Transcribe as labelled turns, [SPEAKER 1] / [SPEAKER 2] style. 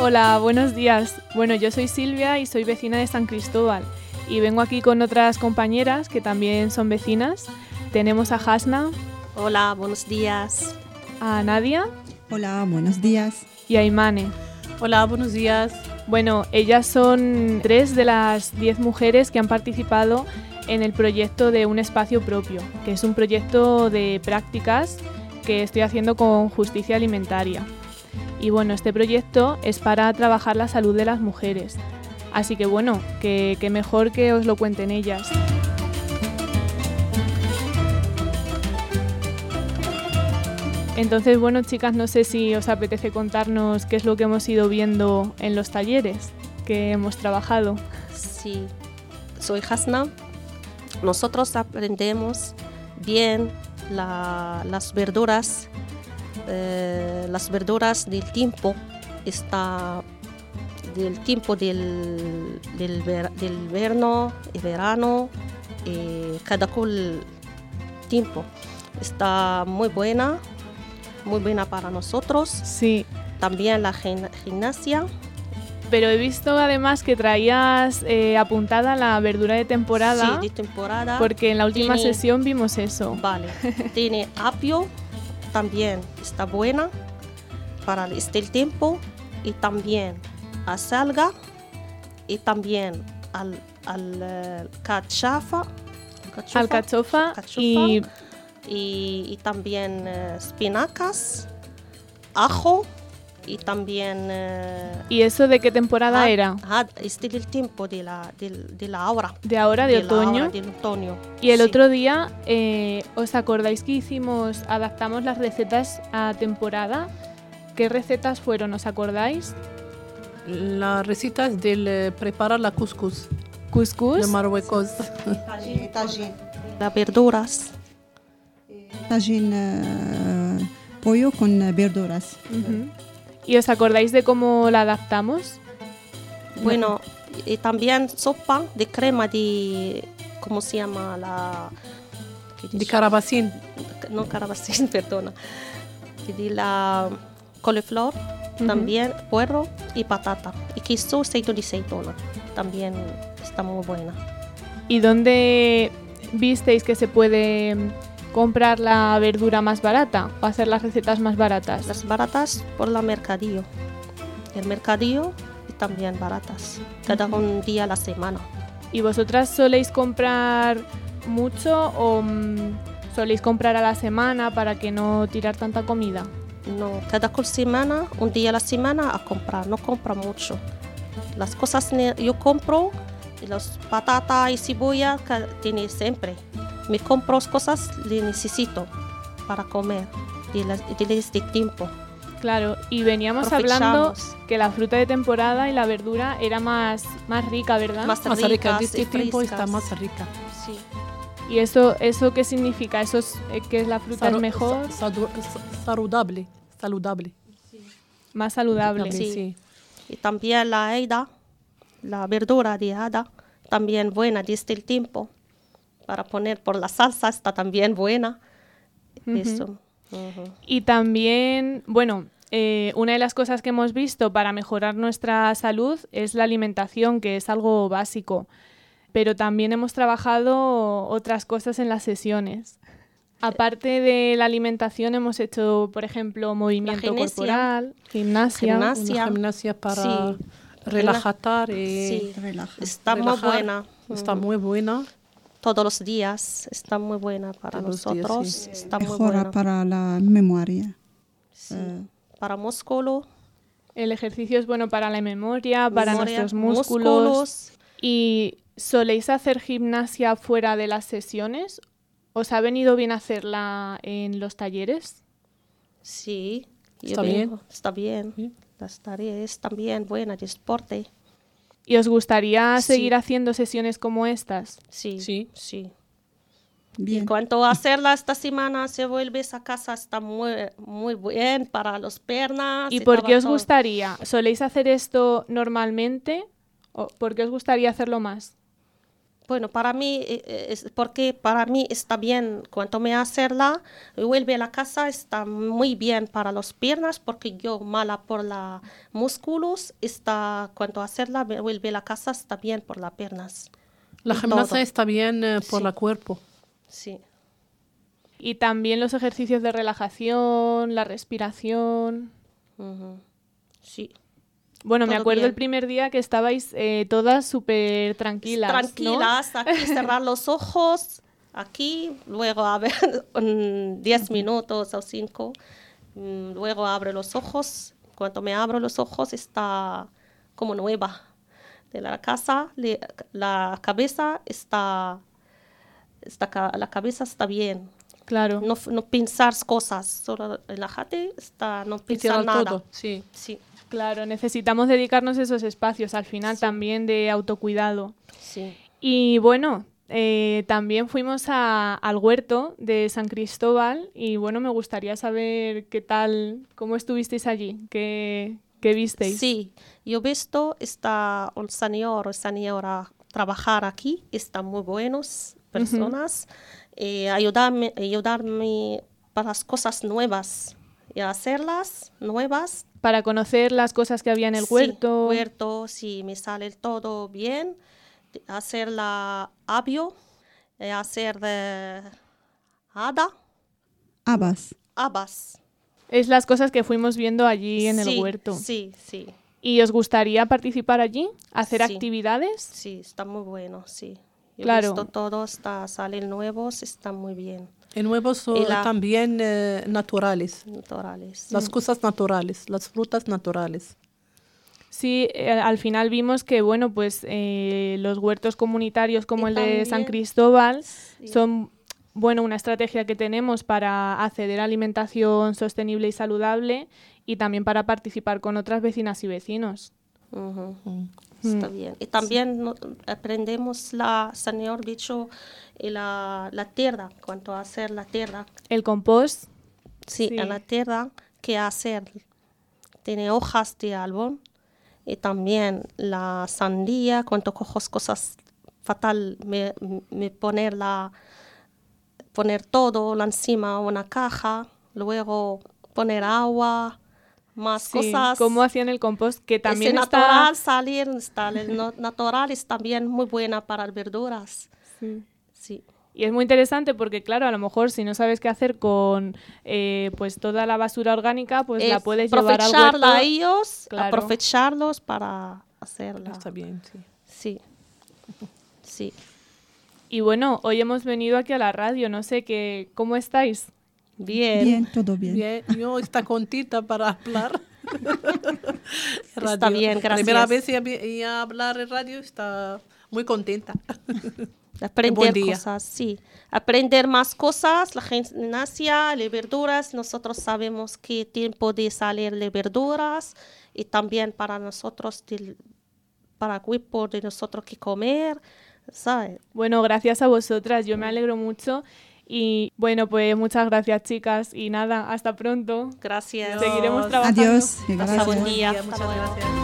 [SPEAKER 1] Hola, buenos días. Bueno, yo soy Silvia y soy vecina de San Cristóbal y vengo aquí con otras compañeras que también son vecinas. Tenemos a Hasna,
[SPEAKER 2] Hola, buenos días.
[SPEAKER 1] a Nadia
[SPEAKER 3] Hola, buenos días.
[SPEAKER 1] y a Imane.
[SPEAKER 2] Hola, buenos días.
[SPEAKER 1] Bueno, ellas son tres de las diez mujeres que han participado en el proyecto de Un Espacio Propio, que es un proyecto de prácticas que estoy haciendo con justicia alimentaria. Y bueno, este proyecto es para trabajar la salud de las mujeres. Así que bueno, que, que mejor que os lo cuenten ellas. Entonces, bueno, chicas, no sé si os apetece contarnos qué es lo que hemos ido viendo en los talleres que hemos trabajado.
[SPEAKER 2] Sí, soy Hasna. Nosotros aprendemos bien la- las verduras, eh, las verduras del tiempo, está del tiempo del, del, ver- del verano y verano, y cada cual tiempo. Está muy buena, muy buena para nosotros.
[SPEAKER 1] Sí,
[SPEAKER 2] También la gim- gimnasia.
[SPEAKER 1] pero he visto además que traías eh, apuntada la verdura de temporada,
[SPEAKER 2] Sí, de temporada.
[SPEAKER 1] porque en la última
[SPEAKER 2] Tiene-
[SPEAKER 1] sesión vimos eso.
[SPEAKER 2] Vale. Tiene apio, también está buena para este tiempo. Y también acelga. Y también al, al eh, cachafa. cachufa,
[SPEAKER 1] Alcachofa
[SPEAKER 2] cachufa,
[SPEAKER 1] y
[SPEAKER 2] y, y también eh, espinacas, ajo y también... eh,
[SPEAKER 1] ¿Y eso de qué temporada
[SPEAKER 2] ah,
[SPEAKER 1] era?
[SPEAKER 2] ah, este es el tiempo de la, de, de la hora.
[SPEAKER 1] De ahora, de,
[SPEAKER 2] la
[SPEAKER 1] otoño.
[SPEAKER 2] hora del otoño.
[SPEAKER 1] Y el
[SPEAKER 2] sí.
[SPEAKER 1] otro día, eh, ¿os acordáis que hicimos, adaptamos las recetas a temporada? ¿Qué recetas fueron? ¿Os acordáis?
[SPEAKER 4] Las recetas del eh, preparar la couscous de
[SPEAKER 2] Pues,
[SPEAKER 1] Cuscús.
[SPEAKER 4] Marruecos.
[SPEAKER 3] Tajín. Tajín,
[SPEAKER 2] Las verduras.
[SPEAKER 3] eh, pollo con eh, verduras.
[SPEAKER 1] Ujú. ¿Y os acordáis de cómo la adaptamos?
[SPEAKER 2] Bueno, y también sopa de crema de. ¿Cómo se llama? La. que
[SPEAKER 4] De
[SPEAKER 2] dice-
[SPEAKER 4] carabacín.
[SPEAKER 2] No, carabacín, perdona. Que de la coliflor, también puerro y patata. Y queso, aceituna de aceituna. También está muy buena.
[SPEAKER 1] ¿Y dónde visteis que se puede mm, comprar la verdura más barata o hacer las recetas más baratas?
[SPEAKER 2] Las baratas por la mercadillo. El mercadillo y también baratas. Cada un día a la semana.
[SPEAKER 1] ¿Y vosotras soléis comprar mucho o mm, soléis comprar a la semana para que no tirar tanta comida?
[SPEAKER 2] No, cada col semana, un día a la semana a comprar, no compra mucho. Las cosas ne- yo compro, y las patatas y cebolla que tiene siempre. Me compro las cosas que necesito para comer, de, las- de este tiempo.
[SPEAKER 1] Claro, y veníamos hablando
[SPEAKER 2] Aprovechamos.
[SPEAKER 1] que la fruta de temporada y la verdura era más, más rica, ¿verdad?
[SPEAKER 2] Más
[SPEAKER 4] Más rica. De
[SPEAKER 2] ricas y
[SPEAKER 4] este tiempo está
[SPEAKER 2] frescas.
[SPEAKER 4] más rica.
[SPEAKER 2] Sí.
[SPEAKER 1] ¿Y eso, eso qué significa? ¿Eso es eh, que la fruta
[SPEAKER 4] Salu-
[SPEAKER 1] es mejor,
[SPEAKER 4] sa- sadu- sa- Saludable. Saludable.
[SPEAKER 1] más saludable?
[SPEAKER 4] También,
[SPEAKER 2] Sí.
[SPEAKER 4] sí.
[SPEAKER 2] Y también la hada, la verdura de hada, también buena de este tiempo. Para poner por la salsa está también buena.
[SPEAKER 1] Ujú.
[SPEAKER 2] Eso. Ujú.
[SPEAKER 1] Y también, bueno, eh, una de las cosas que hemos visto para mejorar nuestra salud es la alimentación, que es algo básico. Pero también hemos trabajado otras cosas en las sesiones. Aparte de la alimentación, hemos hecho, por ejemplo, movimiento
[SPEAKER 2] gimnasia.
[SPEAKER 1] corporal, gimnasia.
[SPEAKER 2] Gimnasia.
[SPEAKER 4] Una gimnasia para
[SPEAKER 2] Sí.
[SPEAKER 4] relajar. y
[SPEAKER 2] Sí,
[SPEAKER 3] Relaja.
[SPEAKER 2] está muy
[SPEAKER 4] relajar.
[SPEAKER 2] buena.
[SPEAKER 4] Está
[SPEAKER 2] Mm.
[SPEAKER 4] muy buena.
[SPEAKER 2] Todos los días está muy buena para
[SPEAKER 4] Todos los días,
[SPEAKER 2] nosotros.
[SPEAKER 4] sí.
[SPEAKER 2] Está muy
[SPEAKER 3] Mejora
[SPEAKER 2] buena.
[SPEAKER 3] para la memoria.
[SPEAKER 2] Sí.
[SPEAKER 3] eh,
[SPEAKER 2] Para músculo,
[SPEAKER 1] El ejercicio es bueno para la memoria, para
[SPEAKER 2] memoria,
[SPEAKER 1] nuestros músculos. ¿Y soléis hacer gimnasia fuera de las sesiones? ¿Os ha venido bien hacerla en los talleres?
[SPEAKER 2] Sí. yo
[SPEAKER 4] Está
[SPEAKER 2] digo,
[SPEAKER 4] bien.
[SPEAKER 2] Está bien.
[SPEAKER 4] Sí.
[SPEAKER 2] Las tareas también buenas de deporte.
[SPEAKER 1] ¿Y os gustaría
[SPEAKER 2] Sí.
[SPEAKER 1] seguir haciendo sesiones como estas?
[SPEAKER 2] Sí,
[SPEAKER 4] Sí.
[SPEAKER 2] sí.
[SPEAKER 3] Bien.
[SPEAKER 2] En cuanto a hacerla esta semana, si vuelves a casa, está muy, muy bien para las piernas.
[SPEAKER 1] ¿Y por qué os
[SPEAKER 2] todo.
[SPEAKER 1] gustaría? ¿Soléis hacer esto normalmente? ¿O por qué os gustaría hacerlo más?
[SPEAKER 2] Bueno, para mí, eh, eh, es porque para mí está bien, cuando me hacerla, vuelve a la casa, está muy bien para las piernas, porque yo mala por los músculos, está, cuando hacerla, me vuelve a la casa, está bien por las piernas.
[SPEAKER 4] La
[SPEAKER 2] y
[SPEAKER 4] gimnasia
[SPEAKER 2] todo.
[SPEAKER 4] está bien eh, por
[SPEAKER 2] Sí.
[SPEAKER 4] el cuerpo.
[SPEAKER 2] Sí.
[SPEAKER 1] Y también los ejercicios de relajación, la respiración.
[SPEAKER 2] ujú, Sí.
[SPEAKER 1] Bueno, me
[SPEAKER 2] Todo
[SPEAKER 1] acuerdo
[SPEAKER 2] bien.
[SPEAKER 1] el primer día que estabais eh, todas súper tranquilas. ¿no?
[SPEAKER 2] Tranquilas, aquí cerrar los ojos, aquí, luego a ver, un 10 minutos o 5, luego abre los ojos. Cuando me abro los ojos está como nueva de la casa, le- la cabeza está, está ca- la cabeza está bien.
[SPEAKER 1] Claro.
[SPEAKER 2] No, f- no pensar cosas, solo relájate, está, no
[SPEAKER 4] Y
[SPEAKER 2] pensar
[SPEAKER 4] tirar
[SPEAKER 2] nada.
[SPEAKER 4] todo. Sí.
[SPEAKER 2] Sí,
[SPEAKER 1] Claro, necesitamos dedicarnos esos espacios al final también de autocuidado.
[SPEAKER 2] sí.
[SPEAKER 1] Y bueno, eh, también fuimos a- al huerto de San Cristóbal y bueno, me gustaría saber qué tal, cómo estuvisteis allí, qué, qué visteis.
[SPEAKER 2] Sí, yo he visto está un señor o señora trabajar aquí, están muy buenos personas, eh, ayudarme, ayudarme para las cosas nuevas y hacerlas nuevas.
[SPEAKER 1] Para conocer las cosas que había en el
[SPEAKER 2] Sí,
[SPEAKER 1] huerto.
[SPEAKER 2] huerto, si me sale todo bien, de- hacer la abio, eh, hacer de hada,
[SPEAKER 3] Abas.
[SPEAKER 2] habas.
[SPEAKER 1] Es las cosas que fuimos viendo allí en
[SPEAKER 2] Sí,
[SPEAKER 1] el huerto.
[SPEAKER 2] Sí, sí,
[SPEAKER 1] ¿Y os gustaría participar allí? ¿Hacer
[SPEAKER 2] Sí.
[SPEAKER 1] actividades?
[SPEAKER 2] sí, está muy bueno, sí. Yo he
[SPEAKER 1] Claro.
[SPEAKER 2] visto todo, está, salen nuevos, está muy bien.
[SPEAKER 4] Y nuevos son
[SPEAKER 2] Y la-
[SPEAKER 4] también eh, naturales.
[SPEAKER 2] Naturales.
[SPEAKER 4] Las cosas naturales, las frutas naturales.
[SPEAKER 1] Sí, eh, al final vimos que, bueno, pues eh, los huertos comunitarios como
[SPEAKER 2] Y
[SPEAKER 1] el de San
[SPEAKER 2] también-
[SPEAKER 1] Cristóbal
[SPEAKER 2] Sí.
[SPEAKER 1] son, bueno, una estrategia que tenemos para acceder a alimentación sostenible y saludable y también para participar con otras vecinas y vecinos.
[SPEAKER 2] Ujú. Está bien. Y también no- aprendemos la, señor dicho, y la, la tierra, cuanto a hacer la tierra.
[SPEAKER 1] El compost,
[SPEAKER 2] Sí,
[SPEAKER 1] Sí.
[SPEAKER 2] en la tierra, ¿qué hacer? Tiene hojas de árbol y también la sandía, cuando cojo cosas fatal, me, me poner la, poner todo la encima una caja, luego poner agua, más
[SPEAKER 1] sí,
[SPEAKER 2] cosas.
[SPEAKER 1] cómo hacían el compost, que también
[SPEAKER 2] Ese
[SPEAKER 1] está...
[SPEAKER 2] natural salir, está el no- natural es también muy buena para las verduras.
[SPEAKER 1] Sí.
[SPEAKER 2] Sí,
[SPEAKER 1] Y es muy interesante porque, claro, a lo mejor si no sabes qué hacer con eh, pues toda la basura orgánica, pues la
[SPEAKER 2] Es
[SPEAKER 1] puedes llevar al
[SPEAKER 2] aprovecharla
[SPEAKER 1] huerto.
[SPEAKER 2] a ellos,
[SPEAKER 1] Claro.
[SPEAKER 2] aprovecharlos para hacerla.
[SPEAKER 4] Está bien, sí.
[SPEAKER 2] Sí. Sí.
[SPEAKER 1] Y bueno, hoy hemos venido aquí a la radio, no sé qué, ¿cómo estáis?
[SPEAKER 2] Bien.
[SPEAKER 3] Bien, todo bien.
[SPEAKER 4] Bien, yo está contenta para hablar.
[SPEAKER 2] Está bien,
[SPEAKER 4] Primera
[SPEAKER 2] gracias.
[SPEAKER 4] vez ya, vi- ya hablar en radio, está muy contenta.
[SPEAKER 2] Aprender
[SPEAKER 4] día.
[SPEAKER 2] cosas, sí. Aprender más cosas, la gimnasia, las verduras. Nosotros sabemos qué tiempo de salir las verduras y también para nosotros, del- para el cuerpo de nosotros que comer, ¿sabes?
[SPEAKER 1] Bueno, gracias a vosotras, yo me alegro mucho. Y bueno, pues muchas gracias chicas y nada, hasta pronto.
[SPEAKER 2] Gracias.
[SPEAKER 1] Seguiremos trabajando.
[SPEAKER 3] Adiós. y
[SPEAKER 2] Hasta buen
[SPEAKER 3] gracias.
[SPEAKER 2] día.
[SPEAKER 4] Muchas
[SPEAKER 2] Hasta luego.
[SPEAKER 4] gracias.